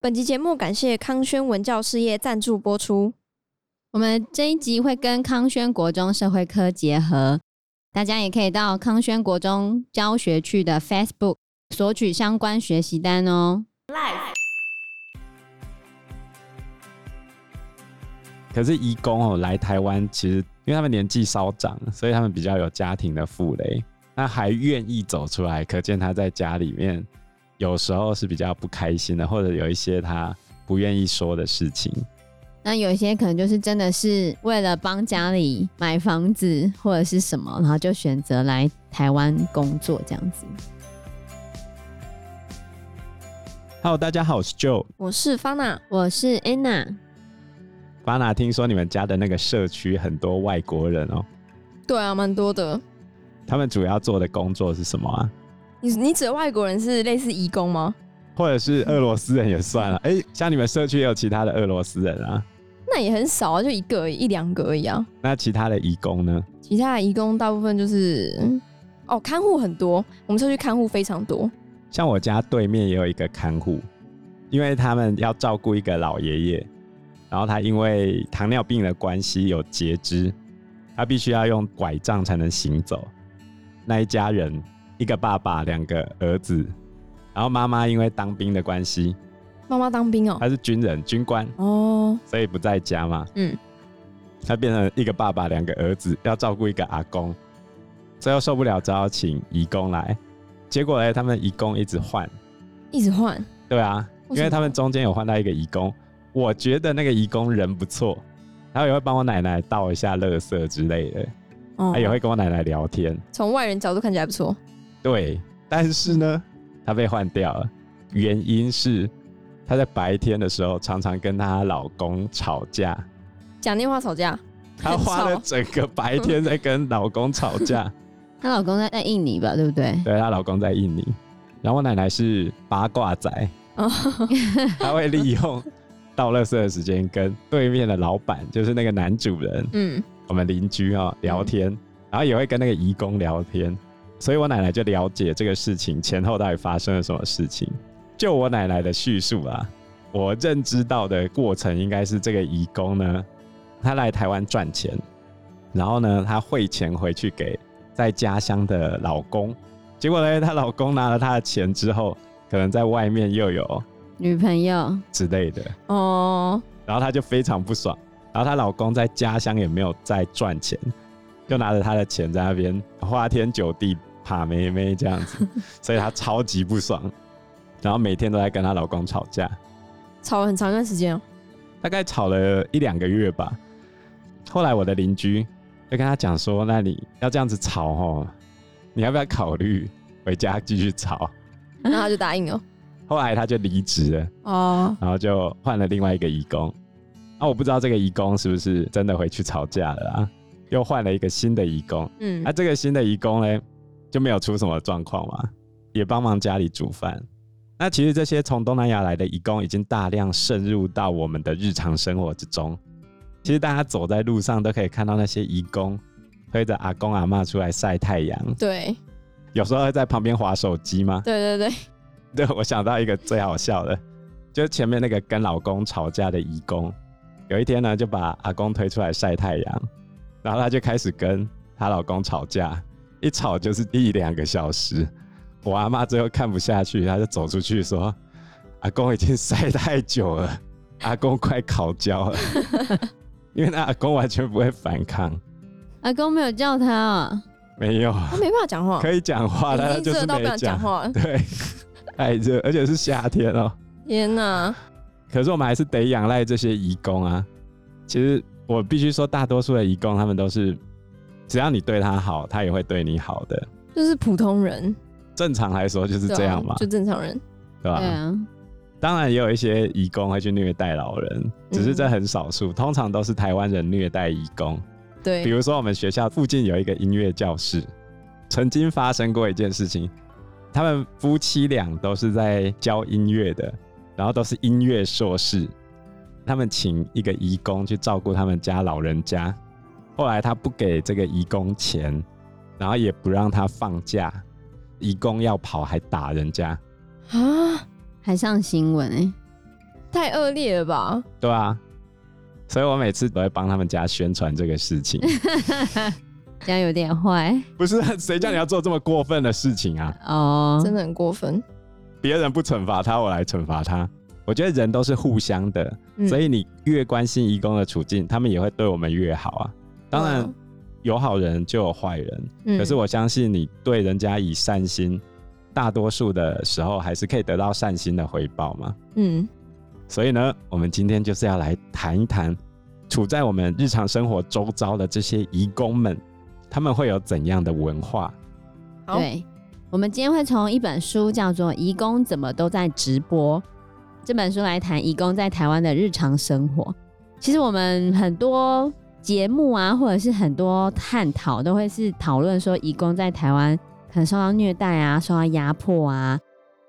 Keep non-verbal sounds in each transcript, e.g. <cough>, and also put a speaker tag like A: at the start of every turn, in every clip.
A: 本集节目感谢康轩文教事业赞助播出。
B: 我们这一集会跟康轩国中社会科结合，大家也可以到康轩国中教学区的 Facebook 索取相关学习单哦。
C: 可是移工哦来台湾，其实因为他们年纪稍长，所以他们比较有家庭的负累，那还愿意走出来，可见他在家里面有时候是比较不开心的，或者有一些他不愿意说的事情。
B: 那有一些可能就是真的是为了帮家里买房子或者是什么，然后就选择来台湾工作这样子。
C: Hello，大家好，我是 Joe。
A: 我是方娜，
B: 我是 Anna，
C: 巴拿听说你们家的那个社区很多外国人哦，
A: 对啊，蛮多的。
C: 他们主要做的工作是什么啊？
A: 你你指的外国人是类似移工吗？
C: 或者是俄罗斯人也算了、啊，哎、像你们社区也有其他的俄罗斯人啊，
A: 那也很少啊，就一个而已一两个而已啊。
C: 那其他的移工呢？
A: 其他的移工大部分就是，嗯哦，看护很多，我们社区看护非常多。
C: 像我家对面也有一个看护，因为他们要照顾一个老爷爷，然后他因为糖尿病的关系有截肢，他必须要用拐杖才能行走。那一家人，一个爸爸，两个儿子，然后妈妈因为当兵的关系，
A: 妈妈当兵哦、
C: 他是军人军官，
A: 哦，
C: 所以不在家嘛，
A: 嗯，
C: 他变成一个爸爸，两个儿子，要照顾一个阿公，最后受不了，只好请义工来。结果呢，他们义工一直换，
A: 一直换，
C: 对啊，
A: 为什么
C: 因为他们中间有换到一个义工，我觉得那个义工人不错，然后也会帮我奶奶倒一下垃圾之类的，
A: 哦
C: 他也会跟我奶奶聊天。
A: 从外人角度看起来不错。
C: 对，但是呢，他被换掉了，原因是她在白天的时候常常跟她老公吵架，
A: 讲电话吵架，
C: 她花了整个白天在跟老公吵架。
B: 她老公在在印尼吧，对不对？
C: 对，她老公在印尼，然后我奶奶是八卦仔，
A: 哦，
C: 她会利用倒垃圾的时间跟对面的老板，就是那个男主人，
A: 嗯，
C: 我们邻居啊、聊天，然后也会跟那个义工聊天，所以我奶奶就了解这个事情前后到底发生了什么事情。就我奶奶的叙述啊，我认知到的过程应该是这个义工呢，他来台湾赚钱，然后呢，他汇钱回去给在家乡的老公，结果呢，她老公拿了她的钱之后，可能在外面又有
B: 女朋友，
C: 之类的，
A: 哦，
C: 然后她就非常不爽，然后她老公在家乡也没有在赚钱，就拿着她的钱在那边花天酒地、爬妹妹这样子，所以她超级不爽，然后每天都在跟她老公吵架，
A: 吵了很长一段时间哦。
C: 大概吵了一两个月吧。后来我的邻居就跟她讲说：“那你要这样子吵哦，你要不要考虑回家继续吵
A: 然后他就答应了。？”
C: 后来她就离职了。
A: 哦，
C: 然后就换了另外一个义工。啊，我不知道这个义工是不是真的回去吵架了啊？又换了一个新的义工，
A: 嗯
C: 啊，，这个新的义工呢就没有出什么状况嘛，也帮忙家里煮饭。那其实这些从东南亚来的义工已经大量渗入到我们的日常生活之中。其实大家走在路上都可以看到那些义工推着阿公阿嬷出来晒太阳，
A: 对，
C: 有时候会在旁边划手机吗？
A: 对对对，
C: <laughs> 对，我想到一个最好笑的，就是前面那个跟老公吵架的义工，有一天呢就把阿公推出来晒太阳，然后她就开始跟她老公吵架，一吵就是一两个小时。我阿妈最后看不下去，她就走出去说：“阿公已经晒太久了，阿公快烤焦了。”
A: <laughs>
C: 因为那阿公完全不会反抗，
B: 阿公没有叫她哦。
C: 没有
A: 他没办法讲话，
C: 可以讲话，但他
A: 已经
C: 就
A: 热
C: 是
A: 到不
C: 没
A: 想讲。话了。
C: 对，太热，而且是夏天哦、
A: 天哪，
C: 可是我们还是得仰赖这些移工啊。其实我必须说，大多数的移工他们都是，只要你对他好，他也会对你好的。
A: 就是普通人，
C: 正常来说就是
A: 对啊
C: 这样嘛，
A: 就正常人。
C: 对吧？
B: 对啊，
C: 当然也有一些移工会去虐待老人，只是
A: 嗯
C: 这很少数，通常都是台湾人虐待移工。比
A: 对，
C: 如说我们学校附近有一个音乐教室，曾经发生过一件事情，他们夫妻俩都是在教音乐的，然后都是音乐硕士，他们请一个义工去照顾他们家老人家，后来他不给这个义工钱，然后也不让他放假，义工要跑还打人家，
A: 啊，
B: 还上新闻哎、
A: 太恶劣了吧？
C: 对啊，所以我每次都会帮他们家宣传这个事情。啊
B: 这样有点坏
C: 不是谁叫你要做这么过分的事情啊？
B: 哦。
A: 真的很过分。
C: 别人不惩罚他，我来惩罚他。我觉得人都是互相的，
A: 嗯
C: 所以你越关心义工的处境，他们也会对我们越好啊。当然
A: 嗯，
C: 有好人就有坏人，
A: 嗯
C: 可是我相信你对人家以善心，大多数的时候还是可以得到善心的回报嘛。
A: 嗯
C: 所以呢，我们今天就是要来谈一谈，处在我们日常生活周遭的这些义工们，他们会有怎样的文化？
A: 好
B: 对，我们今天会从一本书叫做《移工怎么都在直播》这本书来谈移工在台湾的日常生活。其实我们很多节目啊，或者是很多探讨，都会是讨论说移工在台湾可能受到虐待啊，受到压迫啊，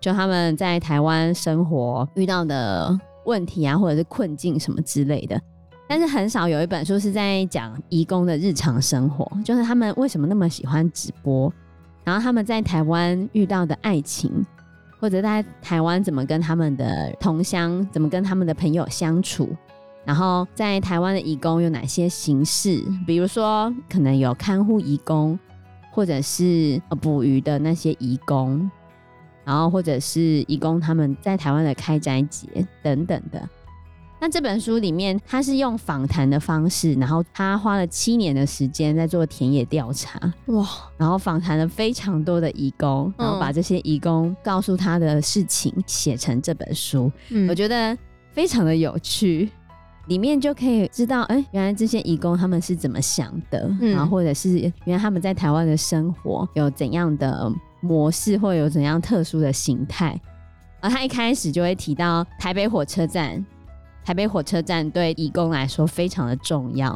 B: 就他们在台湾生活遇到的问题啊，或者是困境什么之类的。但是很少有一本书是在讲移工的日常生活，就是他们为什么那么喜欢直播，然后他们在台湾遇到的爱情，或者在台湾怎么跟他们的同乡、怎么跟他们的朋友相处，然后在台湾的义工有哪些形式，比如说可能有看护义工，或者是呃捕鱼的那些义工，然后或者是义工他们在台湾的开斋节等等的。那这本书里面，他是用访谈的方式，然后他花了七年的时间在做田野调查，
A: 哇，
B: 然后访谈了非常多的义工，
A: 嗯
B: 然后把这些义工告诉他的事情写成这本书，
A: 嗯
B: 我觉得非常的有趣。里面就可以知道，哎、原来这些义工他们是怎么想的，
A: 嗯
B: 然后或者是原来他们在台湾的生活有怎样的模式，或有怎样特殊的形态。而他一开始就会提到台北火车站，台北火车站对义工来说非常的重要。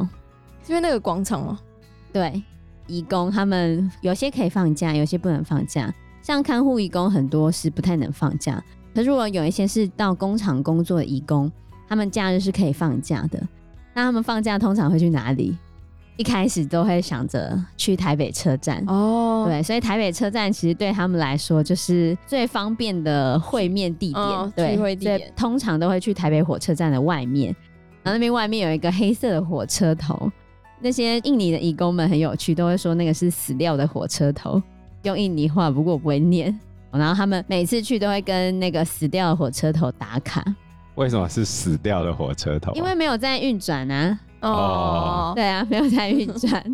A: 因为那个广场嘛，
B: 对，义工他们有些可以放假，有些不能放假。像看护义工很多是不太能放假，可是如果有一些是到工厂工作的义工，他们假日是可以放假的。那他们放假通常会去哪里？一开始都会想着去台北车站。
A: 哦，
B: 对，所以台北车站其实对他们来说就是最方便的会面地点，
A: 嗯
B: 对，
A: 聚会地
B: 所以
A: 点
B: 通常都会去台北火车站的外面，然后那边外面有一个黑色的火车头，那些印尼的义工们很有趣，都会说那个是死掉的火车头，用印尼话，不过我不会念。然后他们每次去都会跟那个死掉的火车头打卡，
C: 为什么是死掉的火车头啊？
B: 因为没有在运转啊，
A: 哦，
B: 对啊，没有在运
A: <laughs>
B: 转，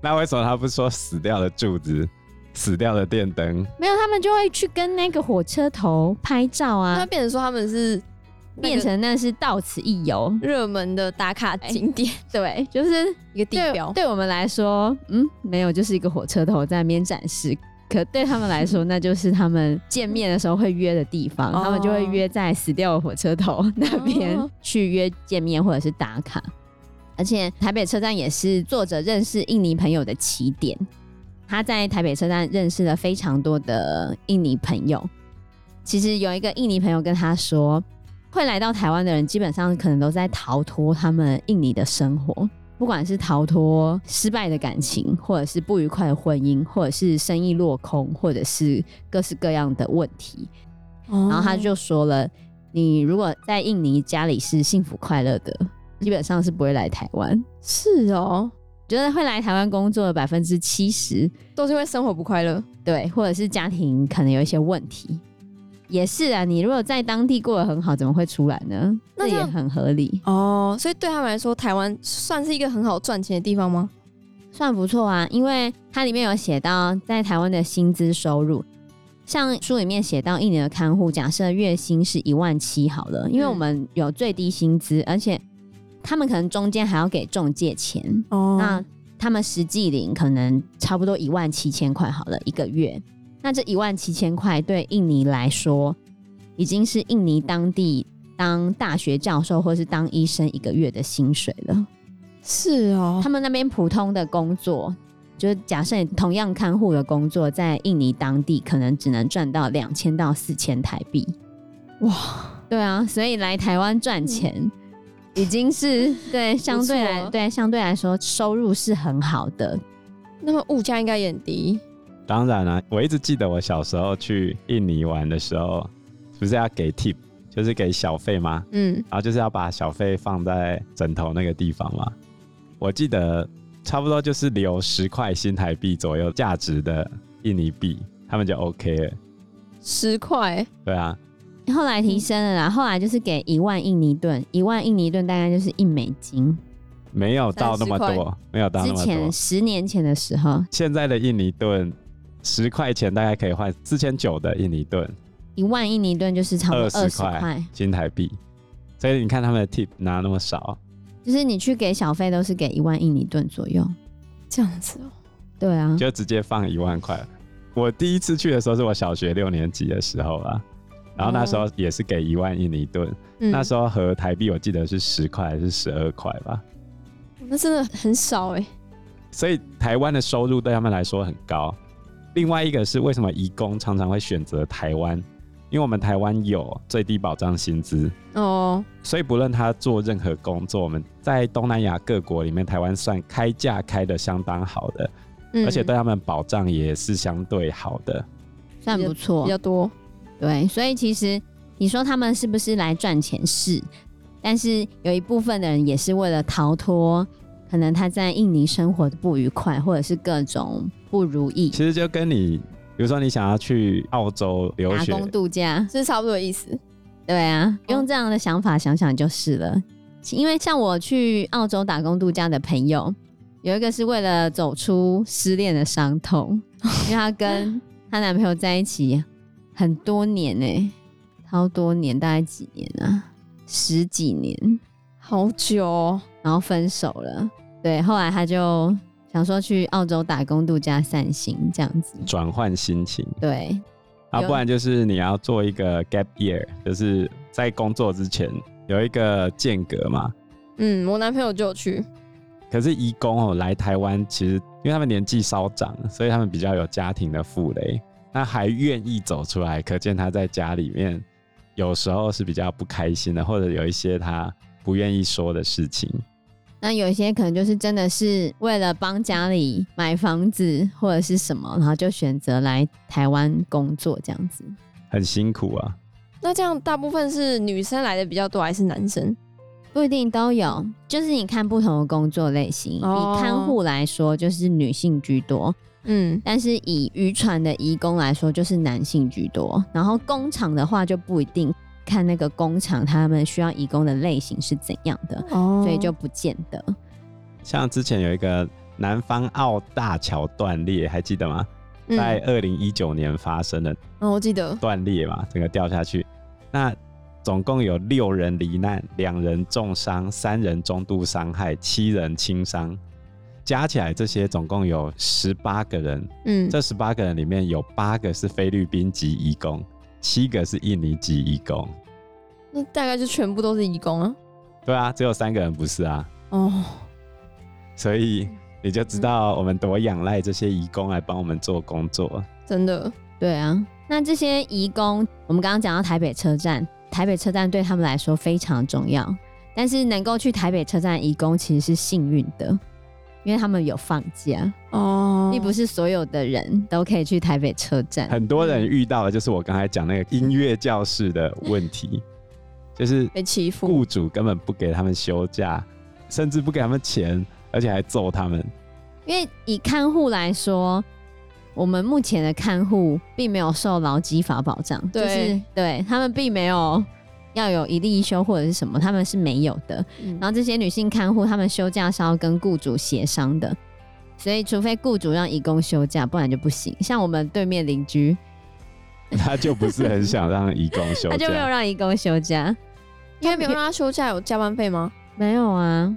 C: 那为什么他不说死掉的柱子、死掉的电灯？
B: 没有，他们就会去跟那个火车头拍照啊。
A: 那变成说他们是
B: 变成那是到此一游，
A: 热门的打卡景点
B: 对，就是
A: <laughs> 一个地
B: 对
A: 标，
B: 对我们来说，嗯，没有，就是一个火车头在那边展示。可对他们
A: <laughs>
B: 来说，那就是他们见面的时候会约的地方，
A: 哦
B: 他们就会约在死掉的火车头那边
A: 哦
B: 去约见面或者是打卡。而且台北车站也是作者认识印尼朋友的起点，他在台北车站认识了非常多的印尼朋友。其实有一个印尼朋友跟他说，会来到台湾的人基本上可能都在逃脱他们印尼的生活，不管是逃脱失败的感情，或者是不愉快的婚姻，或者是生意落空，或者是各式各样的问题。
A: 然
B: 然后他就说了，你如果在印尼家里是幸福快乐
A: 嗯
B: 的，基本上是不会来台湾。
A: 是哦，
B: 觉得会来台湾工作的百分之七十
A: 都是因为生活不快乐，
B: 对，或者是家庭可能有一些问题，也是啊。你如果在当地过得很好，怎么会出来呢？
A: 那
B: 这
A: 这
B: 也
A: 样
B: 很合理，
A: 哦，所以对他们来说，台湾算是一个很好赚钱的地方吗？
B: 算不错啊。因为它里面有写到在台湾的薪资收入，像书里面写到一年的看护，假设月薪是一万七好了，因为
A: 嗯
B: 我们有最低薪资，而且他们可能中间还要给中介钱，
A: 哦
B: 那他们实际领可能差不多一万七千块好了一个月。那这一万七千块对印尼来说，已经是印尼当地当大学教授或是当医生一个月的薪水了。
A: 是哦
B: 他，们那边普通的工作，就是假设你同样看护的工作，在印尼当地可能只能赚到两千到四千台币。
A: 哇，嗯
B: 对啊，所以来台湾赚钱、已经是对相对
A: 不错
B: 来
A: 了
B: 对相对来说收入是很好的，
A: 那么物价应该也很低，
C: 啊当然啦、我一直记得我小时候去印尼玩的时候，不是要给 tip，就是给小费嘛，
A: 嗯，
C: 然后就是要把小费放在枕头那个地方嘛。我记得差不多就是留十块新台币左右价值的印尼币，他们就 OK 了。
A: 十块，
C: 对啊，
B: 后来提升了
A: 嗯
B: 啦，后来就是给一万印尼盾，一万印尼盾大概就是一美金。
C: 没有到那么
A: 30
C: 多，没有到那
B: 之
C: 么多
B: 前。十年前的时候，
C: 现在的印尼盾十块钱大概可以换四千九的印尼盾，
B: 一万印尼盾就是差不多二
C: 20
B: 十
C: 块
B: 块，
C: 新台币。所以你看他们的 tip 拿那么少，
B: 就是你去给小费都是给一万印尼盾左右。
A: 这样子哦。
B: 对啊，
C: 就直接放一万块。我第一次去的时候是我小学六年级的时候啊，然后那时候也是给一万印尼盾，
A: 嗯，
C: 那时候和台币我记得是十块还是十二块吧，
A: 那真的很少哎、
C: 所以台湾的收入对他们来说很高。另外一个是为什么移工常常会选择台湾，因为我们台湾有最低保障薪资，
A: 哦，
C: 所以不论他做任何工作，我们在东南亚各国里面，台湾算开价开的相当好的，
A: 嗯
C: 而且对他们保障也是相对好的。
B: 算不
A: 比
B: 错。
A: 较多，
B: 对，所以其实你说他们是不是来赚钱是，但是有一部分的人也是为了逃脱可能他在印尼生活的不愉快，或者是各种不如意，
C: 其实就跟你，比如说你想要去澳洲留
B: 打
C: 学，
B: 工度假。
A: 这是差不多的意思。
B: 对啊，用这样的想法想想就是了。因为像我去澳洲打工度假的朋友，有一个是为了走出失恋的伤痛，因为她跟她男朋友在一起很多年呢、超多年，大概几年啊？十几年，
A: 好久、哦，
B: 然后分手了。对，后来她就想说去澳洲打工度假散心这样子。
C: 转换心情
B: 对，
C: 啊，
B: 有
C: 不然就是你要做一个 gap year，就是在工作之前有一个间隔嘛。
A: 嗯，我男朋友就有去，
C: 可是移工哦来台湾，其实因为他们年纪稍长，所以他们比较有家庭的负累，那还愿意走出来，可见他在家里面有时候是比较不开心的，或者有一些他不愿意说的事情。
B: 那有一些可能就是真的是为了帮家里买房子或者是什么，然后就选择来台湾工作这样子。
C: 很辛苦啊，
A: 那这样大部分是女生来的比较多，还是男生？
B: 不一定都有，就是你看不同的工作类型。
A: 哦
B: 以看护来说，就是女性居多；
A: 嗯，
B: 但是以渔船的移工来说，就是男性居多。然后工厂的话就不一定，看那个工厂他们需要移工的类型是怎样的，
A: 哦
B: 所以就不见得。
C: 像之前有一个南方澳大桥断裂，还记得吗？在
A: 嗯，
C: 二零一九年发生的
A: 哦，我记得，
C: 断裂嘛，整个掉下去。那总共有六人罹难，两人重伤，三人中度伤害，七人轻伤，加起来这些总共有十八个人。
A: 嗯，
C: 这十八个人里面有八个是菲律宾籍移工，七个是印尼籍移工。
A: 那大概就全部都是义工啊。
C: 对啊，只有三个人不是啊，
A: 哦，
C: 所以
A: 嗯
C: 你就知道我们多仰赖这些移工来帮我们做工作。
A: 真的，
B: 对啊，那这些移工，我们刚刚讲到台北车站，台北车站对他们来说非常重要。但是能够去台北车站的移工其实是幸运的，因为他们有放假，
A: 哦，
B: 并不是所有的人都可以去台北车站。
C: 很多人遇到的就是我刚才讲那个音乐教室的问题，就是
A: 被欺负，
C: 雇主根本不给他们休假，甚至不给他们钱，而且还揍
B: <laughs>
C: 他们。
B: 因为以看护来说，我们目前的看护并没有受劳基法保障，
A: 对
B: 就是对他们并没有要有一例一休或者是什么，他们是没有的。
A: 嗯
B: 然后这些女性看护，她们休假是要跟雇主协商的，所以除非雇主让义工休假，不然就不行。像我们对面邻居，
C: 他就不是很想让义工休
B: 他就没有
C: 假，
B: 让义工休假，
A: 应该没有让他休假，有加班费吗？
B: 没有啊，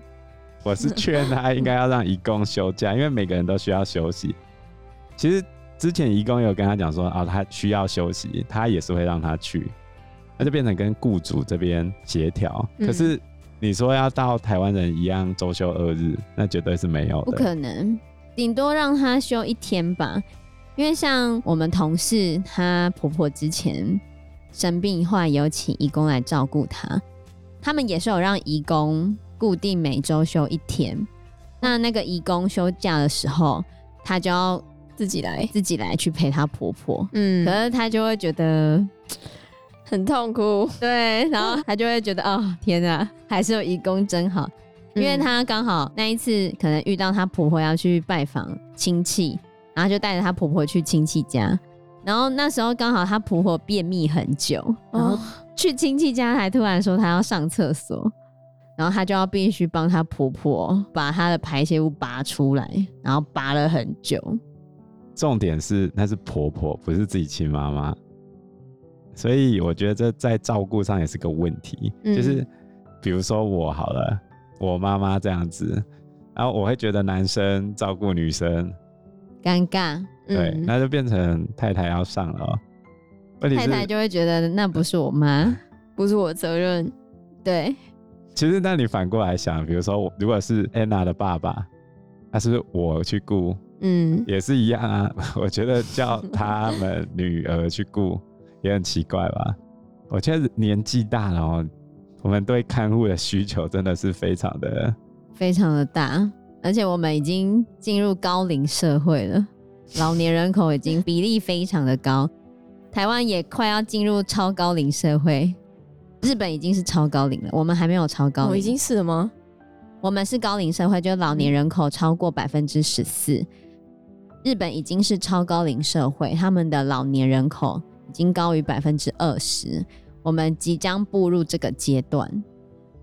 C: 我是劝他应该要让义工休假，因为每个人都需要休息。其实之前义工有跟他讲说啊，他需要休息，他也是会让他去，那就变成跟雇主这边协调。
A: 嗯
C: 可是你说要到台湾人一样周休二日，那绝对是没有
B: 不
C: 的。
B: 可能，顶多让她休一天吧。因为像我们同事，她婆婆之前生病，后来有请义工来照顾她，他们也是有让义工固定每周休一天。那那个义工休假的时候，她就要
A: 自己来，
B: 自己来去陪她婆婆，
A: 嗯
B: 可是她就会觉得
A: 很痛苦，
B: 对，然后他就会觉得哦，天哪，还是有义工真好，因为
A: 嗯
B: 他刚好那一次可能遇到他婆婆要去拜访亲戚，然后就带着他婆婆去亲戚家，然后那时候刚好他婆婆便秘很久，然后
A: 哦
B: 去亲戚家还突然说她要上厕所，然后她就要必须帮她婆婆把她的排泄物拔出来，然后拔了很久，
C: 重点是那是婆婆，不是自己亲妈妈，所以我觉得这在照顾上也是个问题。
A: 嗯
C: 就是比如说我好了，我妈妈这样子，然后我会觉得男生照顾女生，
B: 尴尬。
C: 对，
A: 嗯，
C: 那就变成太太要上了哦。问题
B: 太
C: 是，
B: 太就会觉得那不是我妈，
A: 不是我的责任，
B: 对，
C: 其实那你反过来想，比如说我如果是 Anna 的爸爸，那是不是我去顾，
A: 嗯，
C: 也是一样啊。 <laughs> 我觉得叫他们女儿去顾 <laughs> 也很奇怪吧。我觉得年纪大了哦，我们对看护的需求真的是非常的。
B: 非常的大，而且我们已经进入高龄社会了，老年人口已经比例非常的高，台湾也快要进入超高龄社会，日本已经是超高龄了，我们还没有超高龄，
A: 我哦已经是了吗？
B: 我们是高龄社会，就老年人口超过百分之十四。日本已经是超高龄社会，他们的老年人口已经高于百分之二十，我们即将步入这个阶段，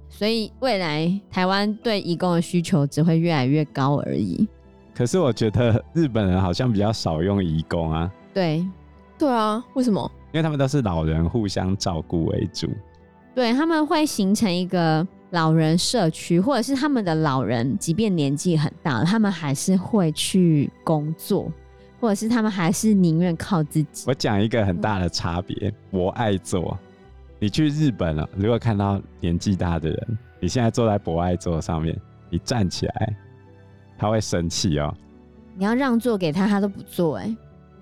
B: 所以未来台湾对移工的需求只会越来越高而已。
C: 可是我觉得日本人好像比较少用移工啊，
B: 对，
A: 对啊，为什么？
C: 因为他们都是老人互相照顾为主。
B: 对，他们会形成一个老人社区，或者是他们的老人，即便年纪很大了，他们还是会去工作，或者是他们还是宁愿靠自己。
C: 我讲一个很大的差别，我爱做。你去日本了，如果看到年纪大的人，你现在坐在博爱座上面，你站起来，他会生气哦。
B: 你要让座给他，他都不做哎、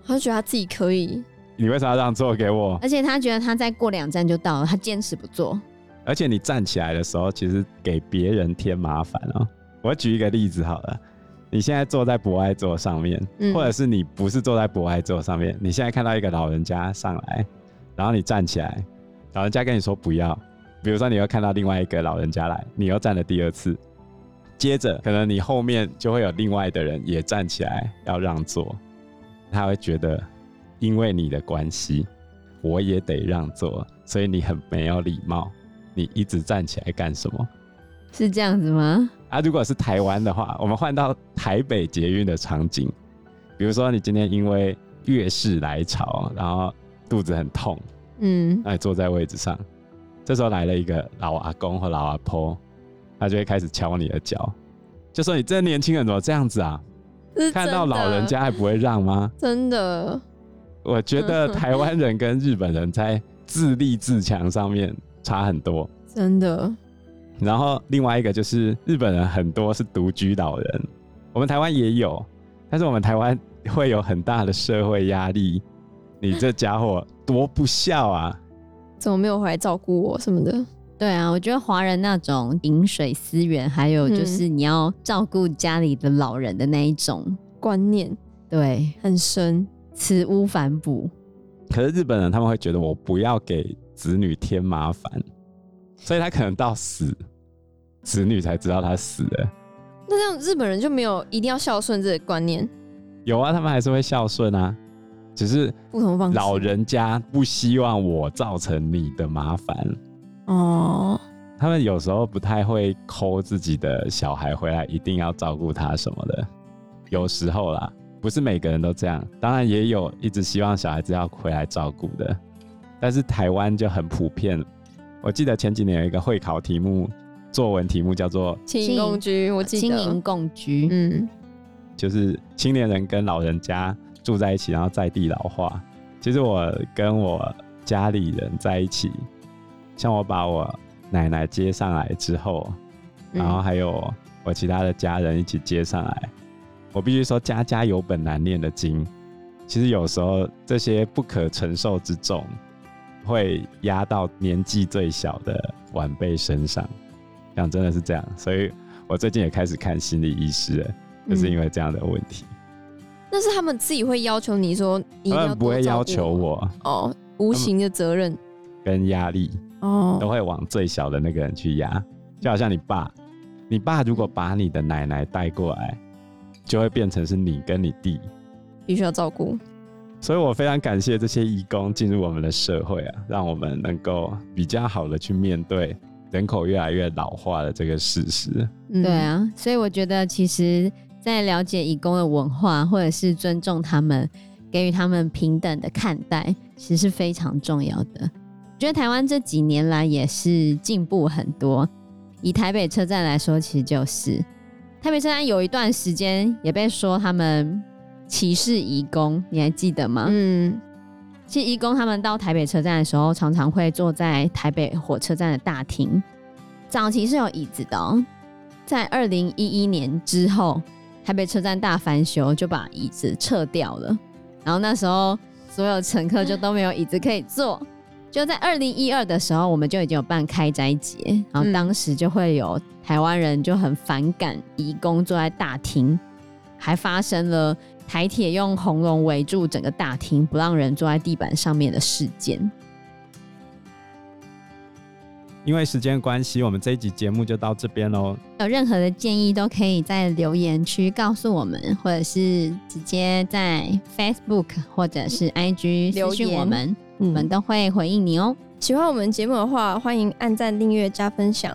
A: 他就觉得他自己可以，
C: 你为啥要让座给我？
B: 而且他觉得他再过两站就到了，他坚持不做。
C: 而且你站起来的时候，其实给别人添麻烦哦。我举一个例子好了，你现在坐在博爱座上面，
A: 嗯
C: 或者是你不是坐在博爱座上面，你现在看到一个老人家上来，然后你站起来，老人家跟你说不要，比如说你又看到另外一个老人家来，你又站了第二次，接着可能你后面就会有另外的人也站起来要让座，他会觉得因为你的关系，我也得让座，所以你很没有礼貌，你一直站起来干什么？
B: 是这样子吗？
C: 啊，如果是台湾的话，我们换到台北捷运的场景，比如说你今天因为月事来潮，然后肚子很痛，
A: 嗯，
C: 那你坐在位置上，这时候来了一个老阿公或老阿婆，他就会开始敲你的脚，就说你这年轻人怎么这样子啊？
A: 是
C: 看到
A: 真的
C: 老人家还不会让吗？
A: 真的，
C: 我觉得
A: 嗯
C: 台湾人跟日本人在自立自强上面差很多。
A: 真的，
C: 然后另外一个就是日本人很多是独居老人，我们台湾也有，但是我们台湾会有很大的社会压力。你这家伙多不孝啊！
A: 怎么没有回来照顾我什么的？
B: 对啊，我觉得华人那种饮水思源，还有
A: 嗯
B: 就是你要照顾家里的老人的那一种，
A: 观念
B: 对，
A: 很深，
B: 此屋反哺。
C: 可是日本人他们会觉得我不要给子女添麻烦，所以他可能到死，子女才知道他死了。
A: 那这样日本人就没有一定要孝顺这个观念，
C: 有啊，他们还是会孝顺啊，只是
A: 不同方式。
C: 老人家不希望我造成你的麻烦，
A: 哦，
C: 他们有时候不太会抠自己的小孩回来，一定要照顾他什么的。有时候啦，不是每个人都这样，当然也有一直希望小孩子要回来照顾的，但是台湾就很普遍。我记得前几年有一个会考题目，作文题目叫做
A: 轻
B: 轻
A: 盈共居，我记
B: 轻盈
A: 得，
B: 共居，
A: 嗯，
C: 就是青年人跟老人家住在一起，然后在地老化。其实我跟我家里人在一起，像我把我奶奶接上来之后，
A: 嗯
C: 然后还有我其他的家人一起接上来，我必须说家家有本难念的经。其实有时候这些不可承受之重，会压到年纪最小的晚辈身上。讲真的是这样，所以我最近也开始看心理医师了。就是因
A: 为
C: 为这样的问题，
A: 那是他们自己会要求你说，你一定
C: 他
A: 要
C: 们不会
A: 多照顾
C: 要求我，
A: 哦，无形的责任，
C: 跟压力都
A: 哦，
C: 会往最小的那个人去压，就好像你爸，你爸如果把你的奶奶带过来，就会变成是你跟你弟。
A: 必须要照顾。
C: 所以我非常感谢这些义工进入我们的社会啊，让我们能够比较好的去面对人口越来越老化的这个事实。
A: 嗯
B: 对，啊，所以我觉得其实，在了解义工的文化，或者是尊重他们，给予他们平等的看待，其实是非常重要的。我觉得台湾这几年来也是进步很多。以台北车站来说，其实就是台北车站有一段时间也被说他们歧视义工，你还记得吗？
A: 嗯，
B: 其实义工他们到台北车站的时候，常常会坐在台北火车站的大厅，早期是有椅子的、哦。在二零一一年之后，台北车站大翻修，就把椅子撤掉了。然后那时候所有乘客就都没有椅子可以坐。就在二零一二的时候，我们就已经有办开斋节，然后
A: 嗯
B: 当时就会有台湾人就很反感移工坐在大厅，还发生了台铁用红龙围住整个大厅，不让人坐在地板上面的事件。
C: 因为时间关系，我们这一集节目就到这边喽。
B: 有任何的建议都可以在留言区告诉我们，或者是直接在 Facebook 或者是
A: 嗯
B: IG
A: 留
B: 私讯
A: 言
B: 我们，
A: 我
B: 我们都会回应你哦。
A: 嗯喜欢我们节目的话，欢迎按赞、订阅、加分享。